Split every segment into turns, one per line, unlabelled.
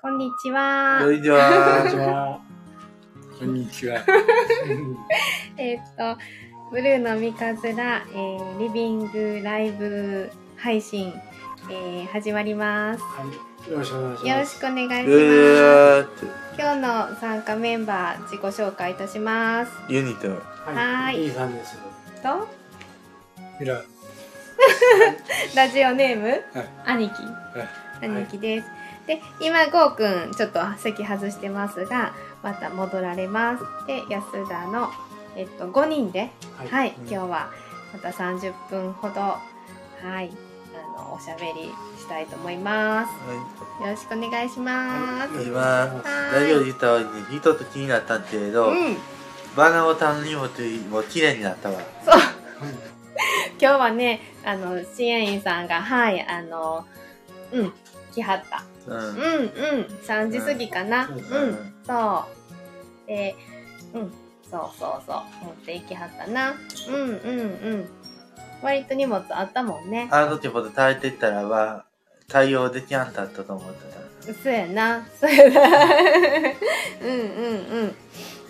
こんにち
こん
は。
にちは。
は。
こんにちは。
えーっと、ブルーの三日面、えーリビングライブ配信、えー始まります。
はい。よろしくお願いします。
よろしくお願いします。
えーって、
今日の参加メンバー、自己紹介いたします。
ユニと、
はーい
いさんです。
と、
ミラ。
ラジオネーム、
はい
兄貴。兄貴です。で、今、ゴーくん、ちょっと席外してますが、また戻られます。で、安田の、えっと、5人で、
は
はい、
う
今
ん
日はまた30分ほど、はい、あのおしゃべりしたいと思います。
は
よろしくお願いします。
い、今、
は
ラジオ
ーい。
で言ったように、一つ気になったんだけど、
うん、
バナボタンの荷物も綺麗になったわ。
そう、
うん
今日はね、あの支援員さんが、はい、あの、うん、来はった。
う
うん
ん。
うん、3時過ぎかな。う
うんん、
そう。で、うん、そうそうそう、持って行きはったな。うん、うん、うん。割と荷物あったもんね。
あの時ほど耐えてったらば、対応できやんかったと思ってた。
そうやな。そうやな。うんうんうん。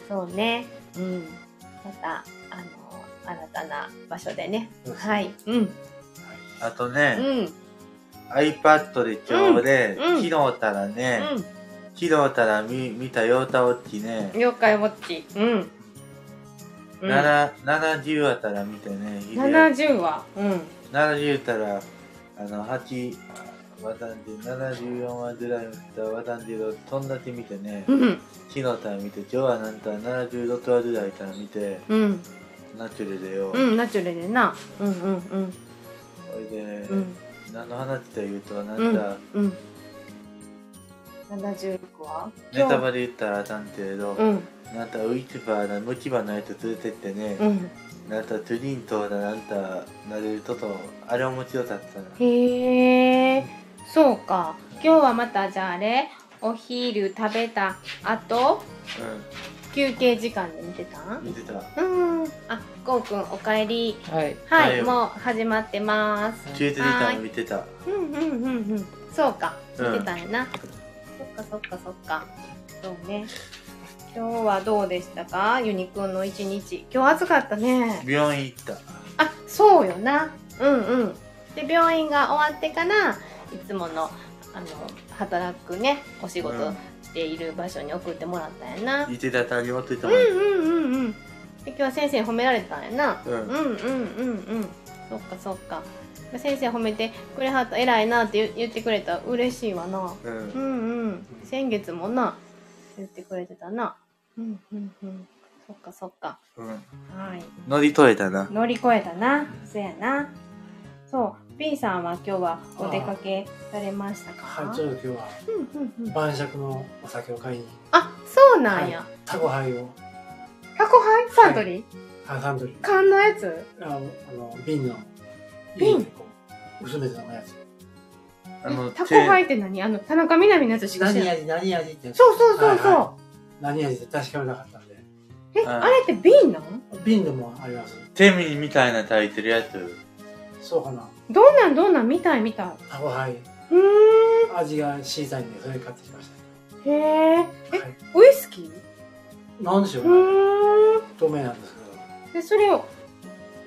そうね。うん。また、あの、新たな場所でね。
そうですね
はい。うん。
あと
う
ね、
ん。
iPad で今日ね、
うんうん
昨日たらね、昨日たら見見たヨータオッチね、
うん。妖怪ウォッチ。うん。うん、
七70あたら見てね、ひで
70は。うん。
70たら、あの、8、渡んで、74話ぐらい見た渡んでの飛んだて見てね、
うん。
昨日たら見て、今日はなんたら76話ぐらいたら見て、
うん。
ナチュルでよ、
うん。ナチュラルでな。うんうんうん。
ほいで、
うん。
何の話って言うと、なん
う
か、
ん。うん。76は
ネタバレ言ったらあかんけれど、
うん。
なんたウイチバーだ、ムキバのやつ連れてってね、
うん。
なんたトゥリントだ、なんた、なれるとと、あれ面白かったな。
へえ、そうか。今日はまたじゃああれ、お昼食べた後、休憩時間で見てた
うん、見てた。
うん。あ、ゴーくんおかえり。
はい。
は
はい
い、
よ
もう始まってます。
消えて出たの見てた。
うんうんうんうん。そうか。
うん
見てたんやな。そっかそっかそっか。そうね。今日はどうでしたかユニくんの一日。今日暑かったね。
病院行った。
あそうよなうんうんで病院が終わってからいつものあの働くねお仕事
うん
している場所に送ってもらったんやな、
いてたたり持ってたもん。
うん、うんうんうんで今日は先生に褒められたんやな、
うん
うん、うんうんうんそっかそっか先生褒めてくれはった偉いなって言言ってくれたら嬉しいわな
う。
うんんうん先月もな言ってくれてたなうんうんうんそっかそっか
うん。
はい
乗り取れたな。
乗り越えたなそやなそう B さんは今日はお出かけされましたか
はい、ちょっと今日は
うんうんうん
晩酌のお酒を買いに、
あそうなんや、
タコハイを、
タコハイサントリー、
ハサンドリ
缶のやつ
ー、あの、あの瓶の、
瓶
いいねこう薄めて飲むやつ。
あの、
タコ
チェーン
ハイって何あの田中みな実のやつしか知ら
何
ない
味、何味ってやつ。
そうそうそうそう、
はいは何味で確かめなかったんで。
え、
はい
あれって瓶なん
瓶でもあります。
テミみたいな炊いてるやつ。
そうかな。
どんなんどんなんみたいみたい
タコハイ、
うー
味が小さいんで、それ買ってきまし
んへえ
た。はい。
ウイスキー
なんでしょ
う
うね。
ーん
透明なんですけ
で
ど。
それを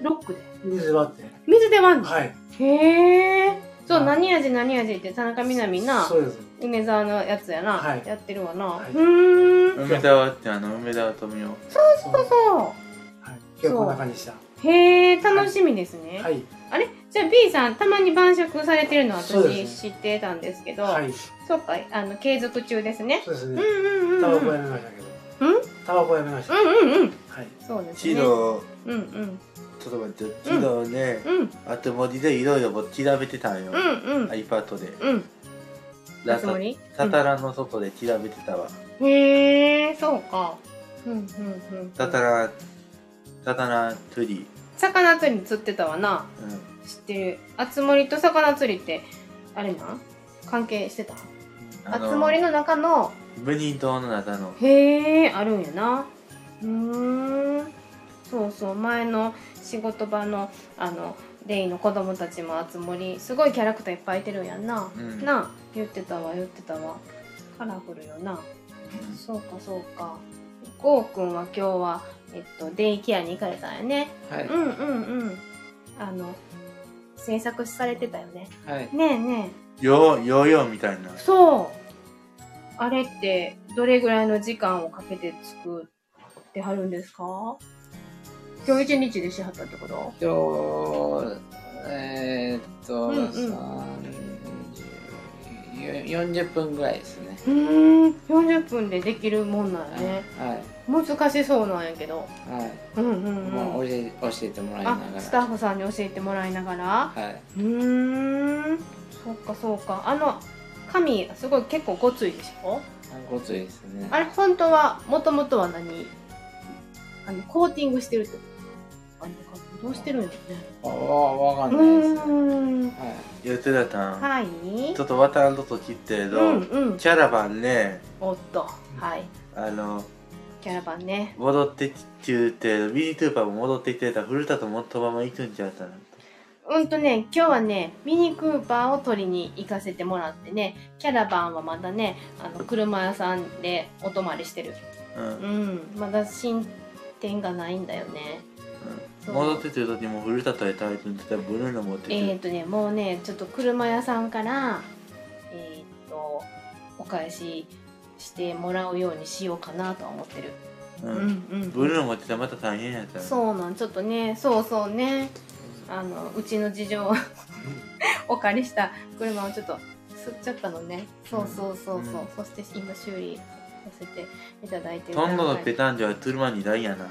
ロックで
水割って。
水で割るの、
はい。
へえそう、
はい
何味何味って田中みな実な
そうです。
梅沢のやつやな、
はい
やってるわな、
はいう
ーん
梅沢ってあの、梅沢富美男。
そう
そうそ
はい。今日こんな感じでし
うへえ楽しみですね、
た。はい。
あれじゃあ B さんたまに晩酌されてるの
そう
私
です
知ってたんですけど
はい。
そうかあの継続中ですね
そうです
う
ね
ん。うんうん
タ
う
バ
ん
コ
う
や
ん
めましたけど。タバコやめました。はい。
うんうんそうです
チ
ね
ロ、
うんうん
ちょっと待って、チロね、
うん
あと森でいろいろ調べてたんよ。
うんうん
iPad で。
うん
ラ
つもり
タタラの外で調べてたわ。
へえそうかうんうんうん
タタラ、タタラトゥリ。
魚釣り釣ってたわな
うん。
知ってるあつ森と魚釣りってあれなん関係してたあつ森の中の
無人島の中の。
へえあるんやなうーんそうそう前の仕事場のあのレイの子供たちもあつ森すごいキャラクターいっぱいいてるんやんな、
うん
なあ言ってたわ言ってたわカラフルよな。そうかそうか。ゴーくんは今日は、えっと、デイケアに行かれたんやね。
はい
うんうんうん。あの、制作されてたよね。
はい
ねえね
ヨーヨーヨーみたいな
え。そう。あれって、どれぐらいの時間をかけて作ってはるんですか今日一日でしはったってこと
今日、えーっと、
うんうん
30 40分ぐらいですね。
うーん、40分でできるもんなんやね。
はい。
難しそうなんやけど。
はい。
うんうん
まあ、
うん。
教え教えてもらいな
あ
が、ら。
スタッフさんに教えてもらいながら。
は
う
い。
ーん、そっかそうか。あの、髪、すごい結構ごついでしょ
ごついですね。
あれ、本当は、もともとは何あの、コーティングしてるってことあの、どうしてるんやろね。
わ、わわ
う
かんないです
ー
ね。
ん。
はい。
言ってたたん
はい。
ちょっと渡ると切ってる
うん
と
うん。
キャラバンね
おっと、はい。
あの
キャラバンね。
戻ってきて言ってビートゥーパーも戻ってきてたら古田ともっとまま行くんちゃうかな
うんとね、今日はね、ミニクーパーを取りに行かせてもらってね、キャラバンはまだね、あの、車屋さんでお泊まりしてる。
うん
うん、まだ進展がないんだよね。
うん戻ってくる時も古田とタイトルってたらブルーの持ってくる、
えっ、ー、とね、もうね、ちょっと車屋さんから、えっ、と、お返ししてもらうようにしようかなとは思ってる。
う
うんん
ブルーの持ってたらまた大変やったう
そうなん、ちょっとね、そうそうね、あの、うちの事情を お借りした車をちょっと吸っちゃったのね。そうそうそうそう。
うん
そして今修理させていただいてる
トンドの
段階
ペタンジョは車に台やな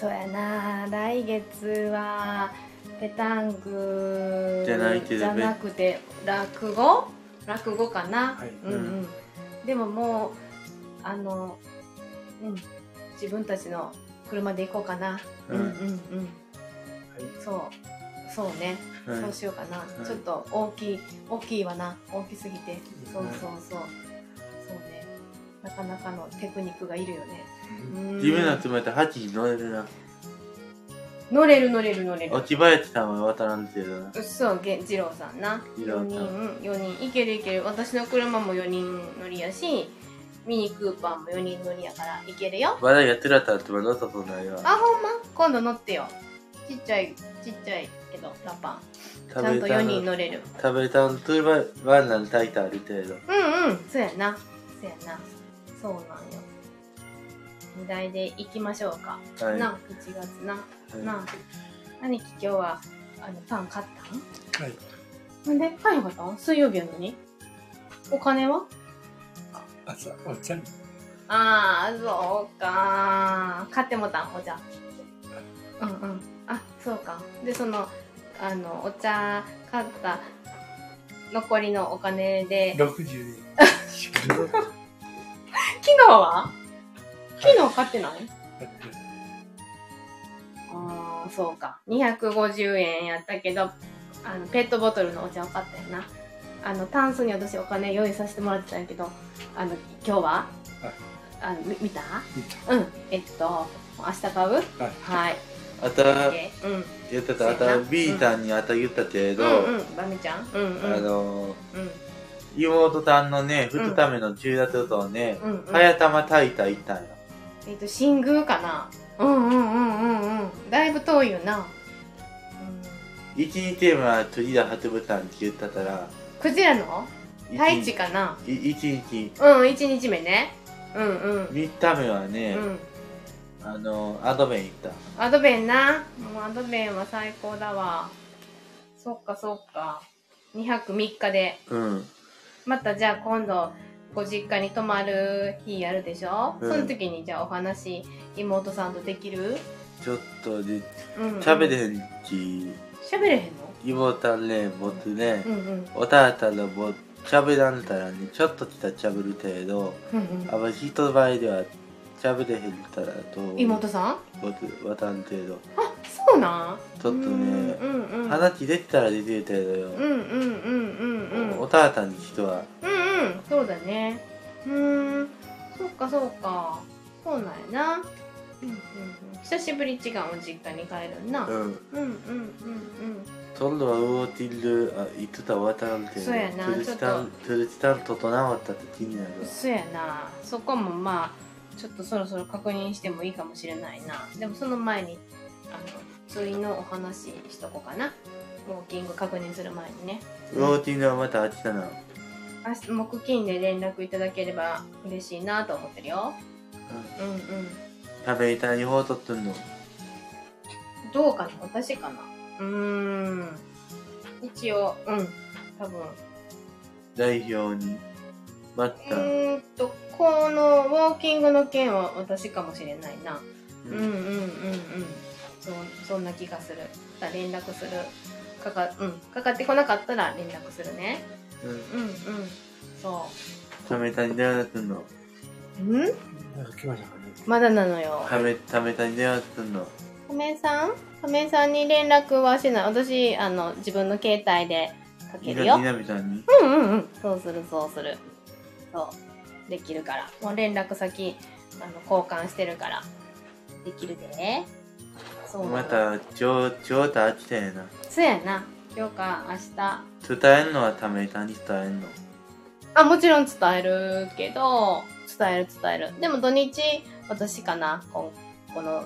そうやな来月はペタング
じゃないけど
じゃなくて落語落語かな、
はい
うんうん、でももうあの、うん、自分たちの車で行こうかな、
う
う
ん
んうんうんそうそうね、
うん
そうしようかな、
い
ちょっと大きい大きいわな大きすぎてそう
はい
そうそう、そうねなかなかのテクニックがいるよね、うん
自分の妻やったら8時乗れるな
乗れる乗れる乗れる
落ち林さんは渡らんけどな
うっそうげ二郎さんな
二郎さ
4
ん
人四人いけるいける私の車も4人乗りやしミニクーパーも4人乗りやからいけるよ
まだやってらったらってまだったことないわ
あほんま今度乗ってよちっちゃいちっちゃいけどラパンちゃんと
た
4人乗れる
食べたんとばバナナ炊いてある程度
うんうんそうやなそうやなそうなんよ荷台で行きましょうか、
はい
な1月な、な兄貴今日はあのパン買ったん
はい。
なんで買えへんかったん水曜日やのにお金は
あ、そう、お茶。
ああ、そうか。買ってもたん、お茶。うんうん。あ、そうか。で、その、あの、お茶買った残りのお金で、
六十円。しかも。
昨日は昨日買ってない、ああ、そうか。250円やったけど、あの、ペットボトルのお茶を買ったよな。あの、タンスに私お金用意させてもらってたんやけど、あの、今日は、あの、み見た
見た
うん。えっと、明日買う
はい。
はい。
あた
オッケーうん。
言ってたあたビータンにあた言ったけど、
うんうん、バミちゃん。うんうん。
あの
うん
妹たんのねふための中立とね、
うんうん。
早玉炊いた行ったんよ
えっと、新宮かな。うんうんうんうんうん。だいぶ遠いよな。うん
一日テーマは鳥だハトブタンって言ったたら
クジラの太一かな。
い一日
うん、一日目ね。うんうん。
三日目はね、
うん。
あのアドベン行った
アドベンな。もうアドベンは最高だわ。そっかそっか。2泊3日で。
うん
またじゃあ今度、ご実家に泊まる日やるでしょ、
うん
その時にじゃあお話、妹さんとできる
ちょっとで
うん。
喋れへんき
喋れへんの
妹たんね僕ね、
うんうん。
おたあたらぼ喋らんたらねちょっときたら喋る程度
うんうん
あまり人前では喋れへんたらと
妹さん
僕渡る程度
そうなん
ちょっとね
うんうんうん
話出てたら出てる程度よ、
うんうんうんうんうんうん
おたあたに人は
うんそうだねうーんそっかそうかそうなんやなうんうんうん久しぶり違うお実家に帰るな
うん
うんうんうんうん
トルはウオティルあ言ってた渡るけど
そうやな
トゥルチタントゥルチタンととなわったって気になる
そうやなそこもまあちょっとそろそろ確認してもいいかもしれないなでもその前にあのついのお話しとこうかなウォーキング確認する前にね
ウオティルはまたあっちだな
明日木金で連絡いただければ嬉しいなと思ってるようんうん
食べ板にほうとってんの
どうかな私かなうーん一応うん多分
代表にまた
うーんとこのウォーキングの件は私かもしれないな
う
うんうんうんうんそそんな気がするだ連絡するかか,、うん、かかってこなかったら連絡するね
うん
うんうんそ
食べ板に電話ってんの
ううん
なんか来ましたかね。
まだなのよ
食べ食べ板に電話ってんの
亀井さん亀井さんに連絡はしない私あの自分の携帯でかけ
み
る
な
よ
みなみちゃんに
うんうんうんそうするそうするそうできるからもう連絡先あの交換してるからできるでそうなの
またちょうちょうたあっちだよな
そうやな今日か明日
伝えんのはため板に伝えんの
あ、もちろん伝えるけど、伝える伝える。でも土日、私かな、ここの、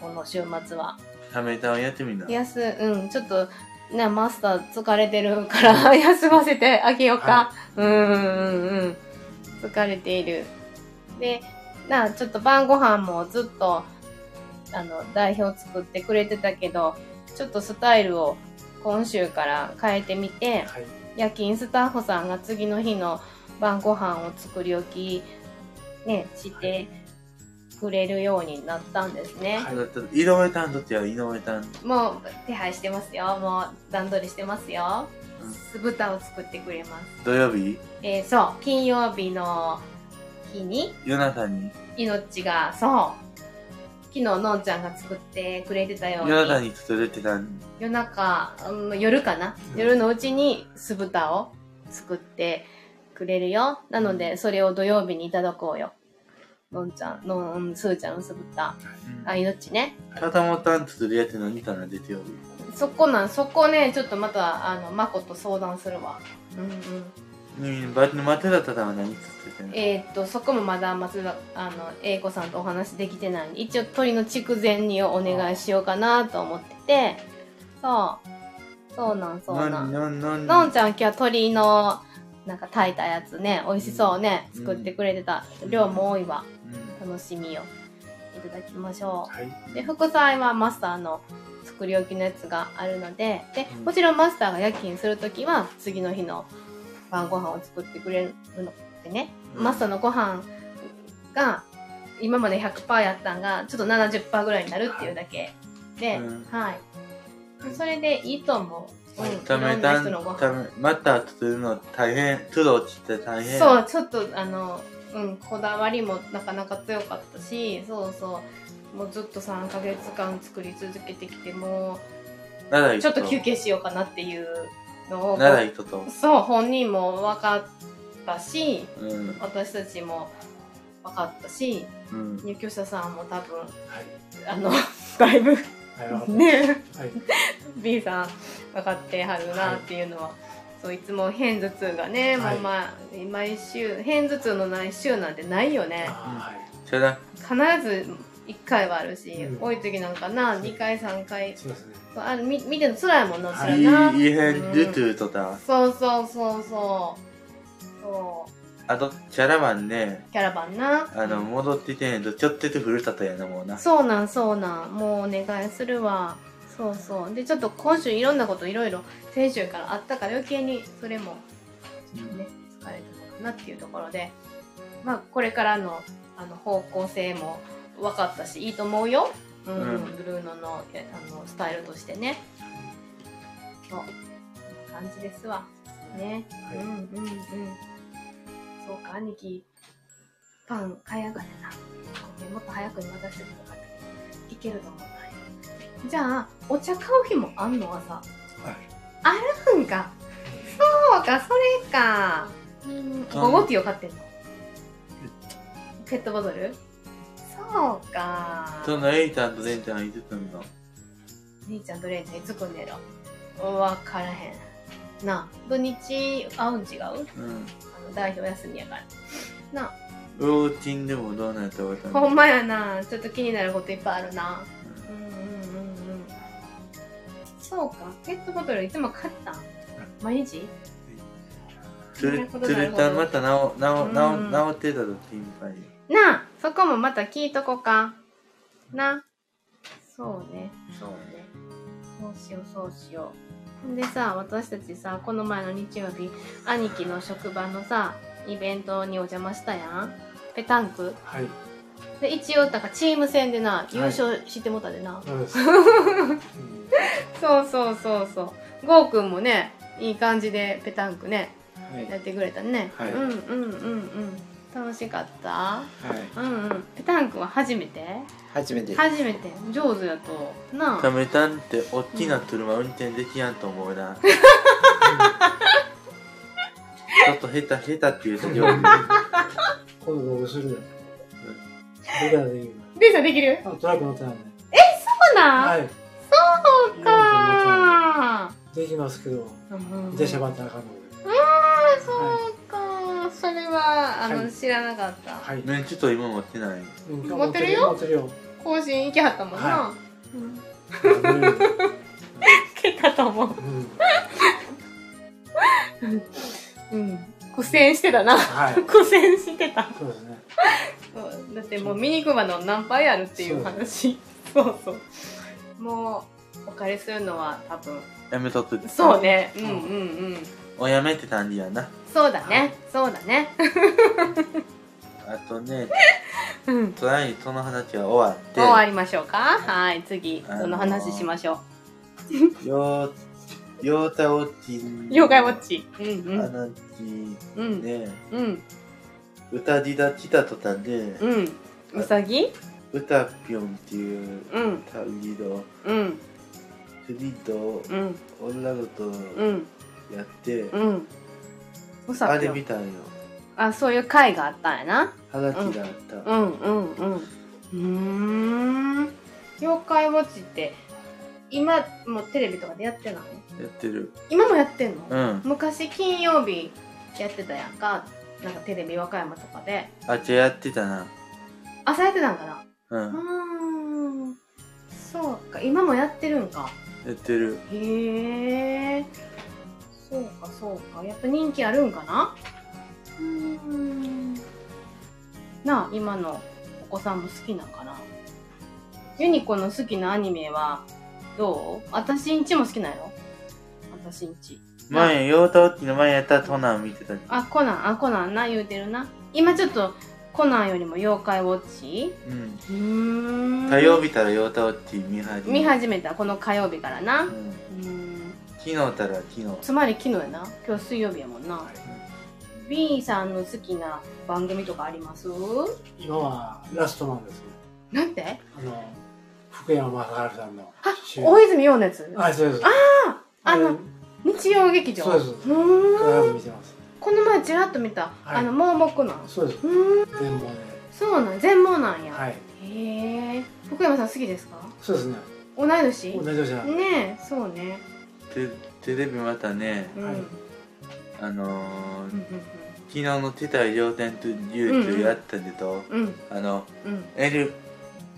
この週末は。
ため板をやってみな
休、うん、ちょっと、ね、マスター疲れてるから、 休ませてあげようか。うんうんうん。疲れている。で、なあ、ちょっと晩ご飯もずっと、あの、代表作ってくれてたけど、ちょっとスタイルを今週から変えてみて、
はい。
夜勤スタッフさんが次の日の晩ご飯を作り置き、ね、してくれるようになったんですね。
はい
だって井上担当ってや井上担
もう手配してますよ。もう段取りしてますよ
うん。
酢豚を作ってくれます。
土曜日
えーそう、金曜日の日に、
夜中に
いのっちが、そう、昨日のんちゃんが作ってくれてたように。
夜中に連れてたん
夜中、うん、夜かな
うん
夜のうちに酢豚を作ってくれるよなのでそれを土曜日にいただこうよのんちゃんのんすーちゃんの酢豚あいのっちね
たたも担当連れやって何かな月曜日
そこなんそこねちょっとまたあのまこと相談するわうんうん
にバッ待てたたたは何つってたの
えーっとそこもまだ松田あの英子さんとお話できてないんで一応鳥の筑前煮をお願いしようかなと思っててそうそうなんそうなん
なんなんなん
のんちゃん今日鶏のなんか炊いたやつね美味しそうね
うん
作ってくれてた、
うん
量も多いわ
うん
楽しみをいただきましょ
はい。
うで副菜はマスターの作り置きのやつがあるのでで
うん
もちろんマスターが夜勤する時は次の日の晩ご飯を作ってくれるのでね、
うん
マスターのご飯が今まで100%やったんがちょっと70%ぐらいになるっていうだけで、
うん
はいそれでいいと思う、うん、
ため
いろんな人のご
た
飯
ためまたつるの大変つる落ちて大変
そうちょっとあの、うん、こだわりもなかなか強かったしそうそうもうずっと3ヶ月間作り続けてきても
なら
う
い
ちょっと休憩しようかなっていうのを
ならいとと
そう本人も分かったし
うん
私たちも分かったし
うん
入居者さんも多分
はい。
あのだいぶ
なるほど。
ね
はい。
B さん分かってはるなっていうのは、そういつも片頭痛がね、
はい
もうまあ毎週片頭痛のない週なんてないよね
あ
じゃな
必ず1回はあるし、
うん
多い時なんかな2回3
ーは
回
い。すみませんね。
そうある見見てるの辛いもんな
は
そ
い
れ
いい
な、
いいへ
うん
んルトゥとた
そうそうそうそうそ
あとチャラバンね
うキャラバンな
あの戻ってきてんとちょっとてふるさとやなもうな
そうなんそうなんもうお願いするわそうそうでちょっと今週いろんなこといろいろ先週からあったから余計にそれもちょっとね疲れたのかなっていうところでまあこれからのあの方向性も分かったしいいと思うよ、うんうん
うん
ブルーノのえあのスタイルとしてねそうこんな感じですわね、
はい
うんうんうんそうか兄貴パン買い上がってなごめんもっと早くに渡してもよかったけどいけると思ったんよじゃあお茶買う日もあんの朝
はい。
なんかそうかそれかうん午後ティーを買ってんのペットボトルそうか
そのエイタンとレンちゃんはいつ来んの
兄ちゃんとレンジいつ来んねやろ分からへんなあ土日会うん違うあの
うん
代表休みやから
ウォーチンでもどうなったわた
ほんまやなちょっと気になることいっぱいあるなうんうんうんうんそうかペットボトルいつも買ったん毎日
つ
な
る
るほど
つるたまた直直
うん
直直ってたと頻繁に
なあそこもまた聞いとこかなそうね
そう
ねそうしようそうしようほんでさ私たちさこの前の日曜日兄貴の職場のさイベントにお邪魔したやんペタンク
はい。
で一応だからチーム戦でな
はい
優勝してもたでな、
そうです。うん
そうそうそうそうゴーくんもねいい感じでペタンクね
はい
やってくれたね、
はい
うんうんうんうん楽しかった
はい
うんうんペタンクは初めて
初めて
初めて上手やとな
ためたんっておっきな車運転できやんと思うなちょっと下手下手っていうとき は
今度どうするのどうやらでいいの
レーサーできる
あ、トラック乗ってないね。
そうなん、
はい。
そうか
できますけど、
うん
出しゃばったらあかんので。
あーそうかそれはあの、
はい
知らなかった、
はい。
ねちょっと今持ってない
うん
持ってるよ
持ってるよ。
更新行きはったもんな、
は
うん、
うん
けたと思う
うん
うん苦戦してたな
はい。
苦戦してた
そうですね。
そうだってもうミニクマの何倍あるっていう話そうそうもうお借りするのは多分
やめとっといて
そうねうんうんうん
おやめって感じやな
そうだねそうだね
あとね
うん
隣にその話は終わって
終わりましょうかはい次
あのー
その話しましょう
よう妖怪ウォッチ
妖怪ウォッチうんうん
話
うん
ね
うん
歌りだ来た途端で
うんうさぎ
歌ぴょんっていう
うん
歌うりの
うん
フリと
うん
女の子と
うん
やって、
うんう
あ
さぴ
れ
ょ
み
ん
たいよ
あそういう会があったんやな
はがきがあった、
うんうんうんうーん妖怪ウォッチって今もテレビとかでやってない
やってる
今もやってんの、
うん
昔金曜日やってたやんかなんかテレビ和歌山とかで
あじゃあやってたな
朝やってたんかな
う
うんーんそうか今もやってるんか
やってる
へえそうかそうかやっぱ人気あるんかなうーんなあ今のお子さんも好きなんかなユニコの好きなアニメはどう私んちも好きなんよ私んち
前ヨータウッチの前やったらトナン見てた
あコナンあコナンな言うてるな今ちょっとコナンよりも妖怪ウォッチ
うん
うーん
火曜日たらヨータウッチ見始め
見始めたこの火曜日からな
う
うんーん
昨日たら昨日
つまり昨日やな今日水曜日やもんな B さんの好きな番組とかあります
今はラストマンですね。
なんて
あの、福山雅治さんの主演。
大泉洋のやつ
はい、そうです。
あの
れ
日曜劇場
そうです
ーん
必ず見てます。
この前ちらっと見た、
はい
あの盲目なん
そうです。
うーん
全部ね。
そうなん全盲なんや、
はい。
へえ福山さん好きですか
そうですね。
同い年
同
ね
じじゃない。
えそうね
テテレビまたね
うん、
はい
うん
あのー
うん
昨日の手対上天と
う
流
んうん
とやったけど、
うんうん
あの
うん
エル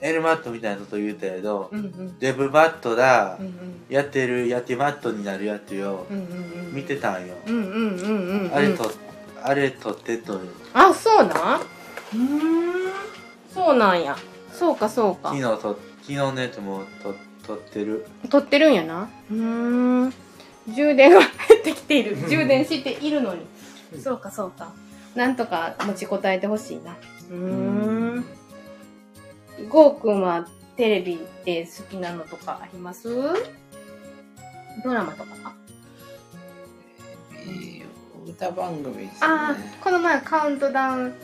エルマットみたいなこと言うたけど、
うんうん
デブバットだ、
うん
やってるやってマットになるやつよ、
うんうんうん
見てたんよ、
うんうんうんうんうん
あれと、あれとってと
あそうなんうーんそうなんやそうかそうか
昨日と昨日のやつもと撮ってる
撮ってるんやなうーん充電が減ってきて いる充電しているのにそうかそうかなんとか持ちこたえてほしいなうーんゴーくんはテレビで好きなのとかありますドラマとか
いい歌番組です
ああ
ね
この前カウントダウン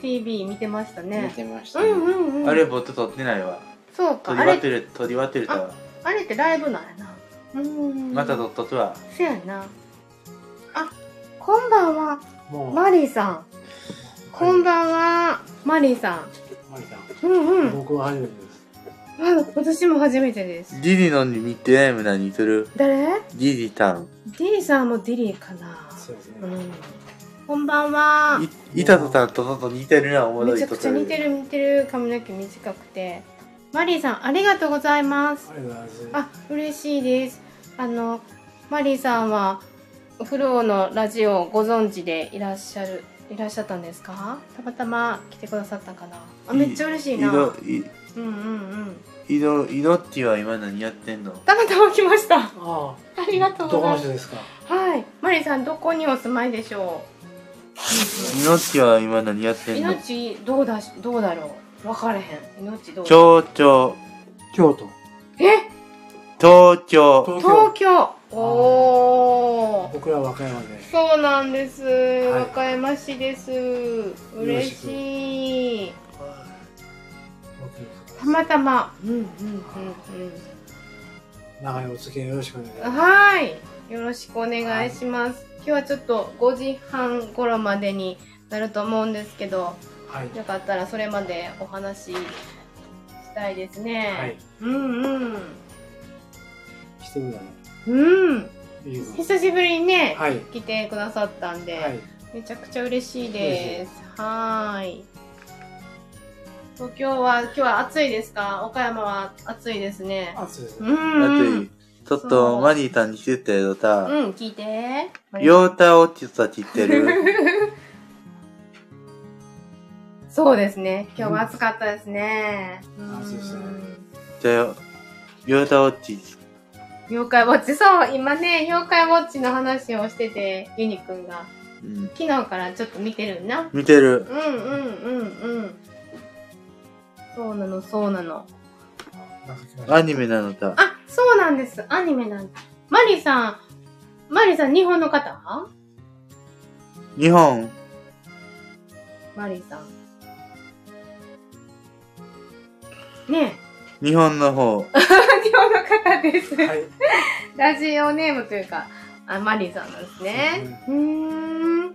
TV 見てました
見
ね
てまし
う
たね
んうんうん
あれ僕撮ってないわ
そう
撮
か
り
あ
忘
れ
れ撮り忘れたわ
あれってライブなんやなうーん
また撮っとくわ
せやなあこんばんは
もう、
マリーさん、こんばんは、マリーさん。
マリさ、
うんうんん。
僕は初めてです。
私も初めてです。
リリの似てない村に似てる。
誰
リリタン。
ディリさんもディリーかな。
そうですね。
うん。こんばんは。
い、板とたんととと似てるな、おもろ
め
い
ちゃ
と
くちゃ似てる似てる髪の毛短くて。マリーさん、ありがとうございます。
ありがとうございます。
あ、嬉しいです。あの、マリーさんは、フローのラジオをご存知でいらっしゃる、いらっしゃったんですかたまたま来てくださったかな。あ、めっちゃ嬉しいな。うん
色、い
うんうん。
色、色っていうのは今何やってんの
たまたま来ました。あ
あ
りが
あ、
とう
ど
ございま
この
す
人。ですか。
はい。マリーさん、どこにお住まいでしょ
色っていうのは今何やっ
う
てんの
命、どうだし、どうだろう分かれへん。命どうだ
町長、
京都。
え
東京、
東
東
京。
京おー
僕ら和歌山で。
そうなんです、
い
和歌山市です嬉しいたまたまうんうんうん
長いお付き合いよろしくお願いし
う
ま
ん
す。
はいよろしくお願いします、今日はちょっと5時半頃までになると思うんですけど
はい。
よかったらそれまでお話ししたいですね、
はい。
うんうん
来てみたの。
うん
いいの。
久しぶりにね、
はい。
来てくださったんで、
はい。
めちゃくちゃ嬉しいです。はーい。東京は、今日は暑いですか岡山は暑いですね。
あ、そうです
う
ね。
ん、う
だっ
ん。
て、ちょっ
そう
とマニーさんにしてたよ、た。
うん、聞いて。
ヨータオチュたちってる。
そうですね。今日は暑かったですね。
ん暑いですね
うん
じゃあ、ヨータオチ
妖怪ウォッチ、そう、今ね、妖怪ウォッチの話をしてて、ユニくんが。
うん。
昨日からちょっと見てるんだ。
見てる。
うんうんうんうん。そうなの、そうなの。
なんか来ました
アニメなのた。
あ、そうなんです。アニメなんだ。マリさん、マリさん、日本の方
日本、
マリさん。ね
日本の方。
え、 日本の方です。
はい。
ラジオネームというか、あマリさんなんですね。うーん。そ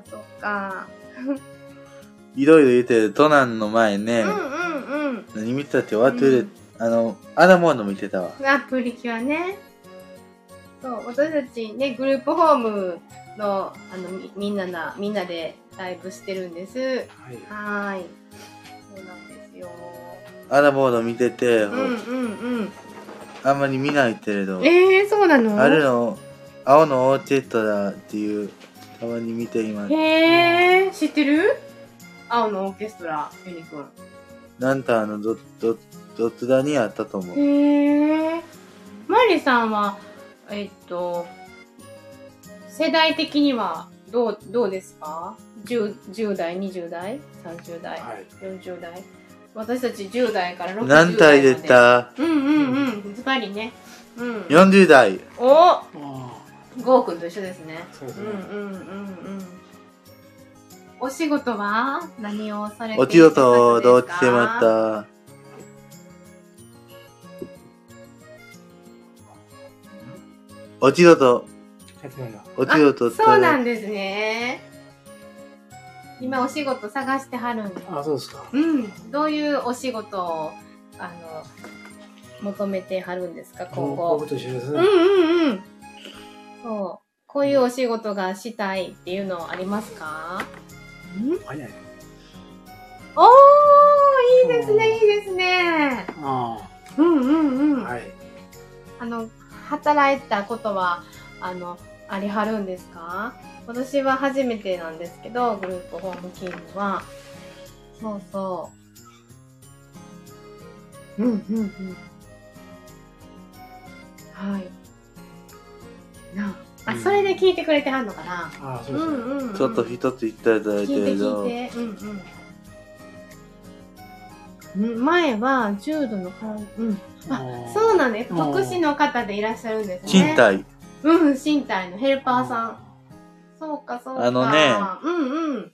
っかそっか。
いろいろ言ってる。トナンの前
う
ね
ん。うん
何見てたって、ワトゥレ、あの、アダモード見てたわ。
うん。あ、プリキュアね。そう、私たちね、グループホームの、あの、みみんなな、みんなでライブしてるんです。
はい。
はーい。そうなんですよ。
アダモード見てて、
うんうん
あんまり見ないけれ
う
ど
ん。、えー、そうなの
あるの、青のオーチェストラっていう、たまに見ています。
へえ、知ってる青のオーケストラ、ユニくん。
なんとあの、ど、ど、どつだにあったと思う。
へえ。マリさんは、えっと、世代的にはどう、どうですか 10, ?10 代、20代、30代、
はい。
40代。私たち10代から60代まで。
何体出た
うんうんうん、ズバリね。うん。
?40 代。
お
あ
ゴーくんと一緒ですね。
あ、そうです
うん
ね。
うんうんうん。お仕事は何をされてい
おちろとど
ど
うちてまった。おちろと、
帰ってくるんだ。
おちろと
あそうなんんですね。今お仕事探してはるんで。
あ、そうですか。
うん。どういうお仕事を、あの、求めてはるんですか、今後
僕。と一緒です
うん
ね。
うんうん。そう。こういうお仕事がしたいっていうのありますかん
早いね。
おーいいですね、いいですね。
あ
うんうんうん。
あ、はい。
あの、働いたことは、あの、ありはるんですか私は初めてなんですけど、グループホーム勤務は。そうそう。うん、うん、うん。はい。なあ、あ、
うん
それで聞いてくれてはんのかな
ああ、そううんですね。
うん、うん。
ちょっと一つ言ったいただい
聞
て
いて
るど
聞いて。うん、うん。ん前は、重度の患うん。あ、そうなんです。
うん
特殊の方でいらっしゃるんですね。
賃貸。
うん、身体のヘルパーさん。そうか、そうか。
あのね
うんうん。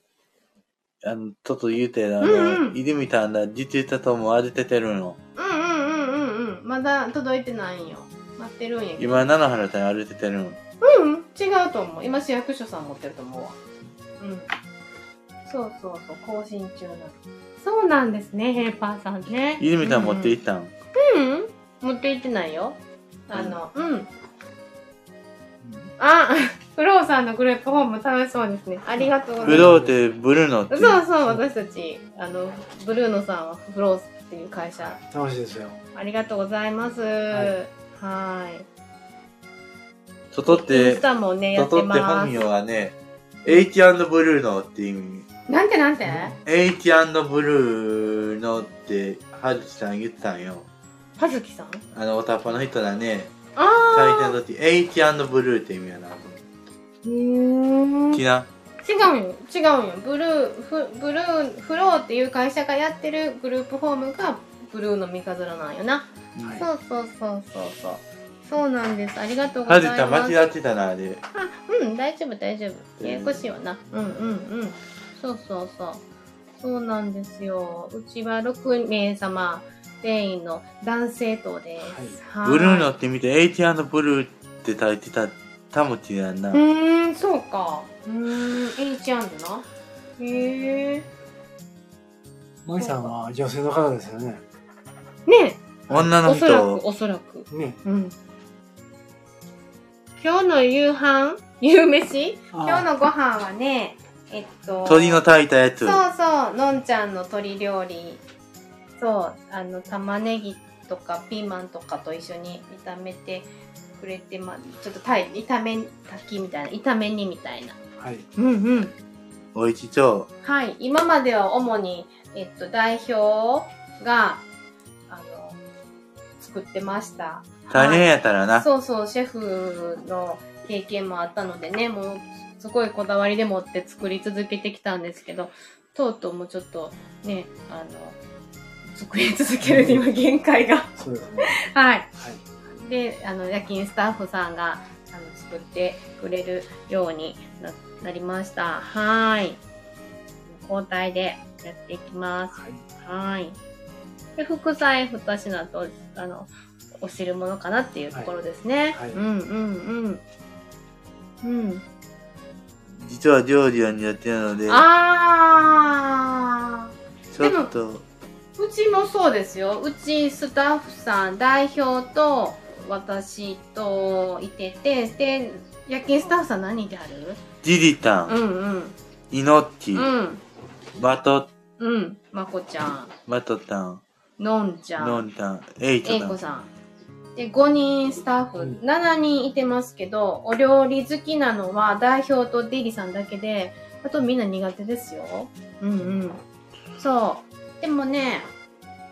あの、ちょっと言うてな、あ
うんう
の、
ん
いでみたんだ、実たとも当ててるの。
うんうんうんうんうん。まだ届いてないんよ。待ってるんやけど。
今、菜の花さん歩いててるの。
うん、違うと思う。今市役所さん持ってると思うわ。うん。そうそうそう、更新中なの。そうなんですね、ヘーパーさんね。
ゆみたん持って行ったん
うん、持って行ってないよ。あの、うん。あ、フローさんのグループホーム楽しそうですね。ありがとうございます
ブ。ローでブルーノってい
そうそう、私たち、あの、ブルーノさんはフロースっていう会社、
楽しいですよ。
ありがとうございます。は
は
ーい。
外っ
イン
て
スタもね、やって
外って
ま
本名
す。
はね H& ブルーノって意味
なんてなんて
H& ブルーノってはるきさん言ってたんよ
はずきさん
あのおたっぱの人だね大抵
あ
の時 H& ブルーって意味やな
ー。へー
きな
違うよ、違うよ。ブルー、フブルー、フローっていう会社がやってるグループホームが、ブルーの三日面なんよな。
はい
そうそうそう。
そうそう
そうなんです。ありがとうござ
はる
い
き
ます。
ちゃん間違ってたなあれ
あうん大丈夫大丈夫
うん
ややこしいわなうんうんうんそうそうそうそうなんですようちは6名様全員の男性等です、はい
ブルーノって見て H& ブルーって書いてたタモチやんな
うーんそうかうーん H& なへえ
マイさんは女性の方ですよね。
ね
女の
おそらく
人
おそらく
ね。
うん今日の夕飯夕飯今
あ
日のご飯はねえっと
鳥の炊いたや
そ
つ
うそう、のんちゃんの鶏料理。そう、あの、玉ねぎとかピーマンとかと一緒に炒めてくれて、ま、ちょっとたい炒め、炊きみたいな、炒め煮みたいな。
はい。
うんうん。
おいしそ
はい、今までは主に、えっと、代表が、あの、作ってました。
う大変やったらな
そうそう、シェフの経験もあったのでね、もう、すごいこだわりでもって作り続けてきたんですけど、とうとうもうちょっとね、あの、作り続けるには限界が。
そうですね。
はい。
はい。
で、あの、夜勤スタッフさんが、あの、作ってくれるようにななりました。はい。交代でやっていきます。
はい。
はい。で、副菜2品と、あの、お汁物かなっていうところですね。
はいはい
うんうんうん。うん。
実は料理は苦手なので
あ
ちょっと
ーうちもそうですよ。うちスタッフさん、代表と私といてて、で、夜勤スタッフさん何人いてある
ジリタ
う
ン
んうん。
イノッチ
うん。
マト
うん。まこちゃん、
マトタン
のんちゃん。
ノンタンエイト
えい
タ
こ
ン
さん。で、5人スタッフ、
うん
7人いてますけど、お料理好きなのは代表とデイリさんだけで、あとみんな苦手ですよ。うんうん。そう。でもね、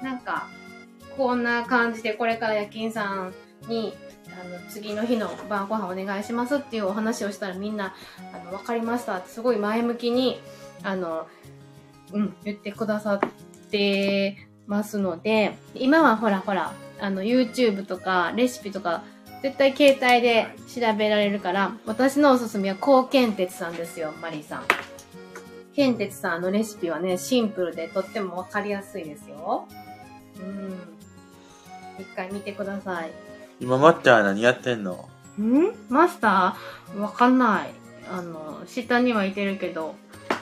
なんか、こんな感じでこれから夜勤さんに、あの、次の日の晩ご飯お願いしますっていうお話をしたらみんな、あの、わかりましたってすごい前向きに、あの、うん、言ってくださってますので、今はほらほら、あの、YouTube とかレシピとか、絶対携帯で調べられるから、私のおすすめは高健鉄さんですよ、マリーさん。健鉄さんのレシピはね、シンプルでとってもわかりやすいですよ。うん。一回見てください。
今マッチャー何やってんの
んマスターわかんない。あの、下にはいてるけど、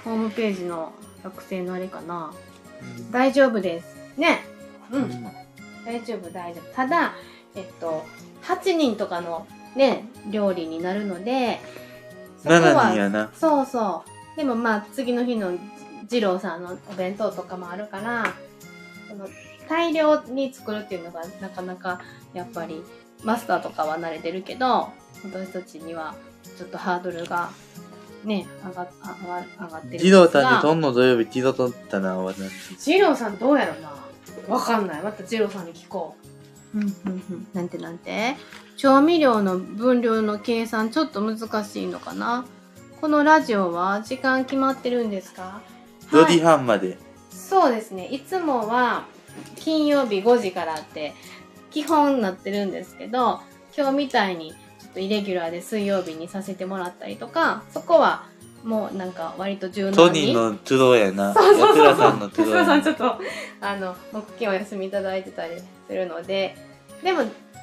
ホームページの学生のあれかな。大丈夫です。ね。うん。大丈夫、大丈夫。ただ、えっと、8人とかのね、料理になるので、そこ
7人
は、
やな
そうそう。でもまあ、次の日の二郎さんのお弁当とかもあるから、その大量に作るっていうのがなかなか、やっぱり、マスターとかは慣れてるけど、私たちには、ちょっとハードルが、ね、上が上が上がってるんですが。
ジロータンでとんの土曜日気取ったな私
ジローさんどうやろなわかんないまたジローさんに聞こううんうんうんなんてなんて調味料の分量の計算ちょっと難しいのかなこのラジオは時間決まってるんですか
4時半まで
そうですねいつもは金曜日5時からって基本になってるんですけど今日みたいにちょっとイレギュラーで水曜日にさせてもらったりとかそこはもうなんか割と柔軟に
トニーの都合やな
そうそうそう
や
そ
つらさ
うん
の。都
安
合
田
や
さん
な
ちょっとあの木金お休みいただいてたりするので、でも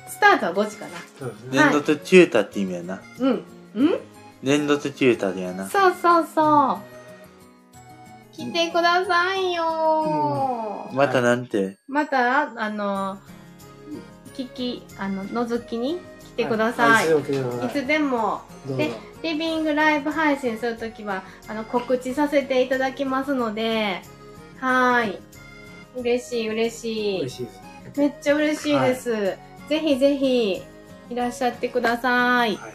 スタートは5時かな。
そうですね。
連ドとチュータって意味やな
うん。うん？
連ドとチュータやな
そうそうそう。来てくださいよ、
またなんて。
またあの聞きあの覗きに来てください、
はいい、つでも来てください
つでも
どうぞ
でリビングライブ配信するときはあの告知させていただきますのではーい嬉しい嬉しい
嬉しいです
めっちゃ嬉しいです、ぜひぜひいらっしゃってください
はい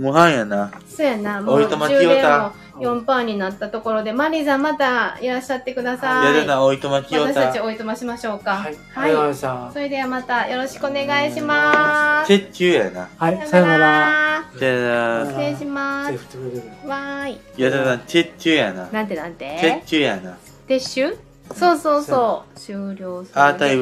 模範やな。
そうやなもう
おいとまきよ
充
た
電も4パーになったところでマリーさんまたいらっしゃってくださ
や
い
だな、おいとまきよ
私たち
た。
おいとましましょうか
はい、ありがとうございました
それではまたよろしくお願いします。
鉄球やな。
はいさよなら。
じゃあ
失
な、
礼しま
手
す。
振ってくれてる
わーい。
やだな、鉄球やな。
なんてなんて
鉄球やな。
撤収そうそうそう。終了する。
アーカイブ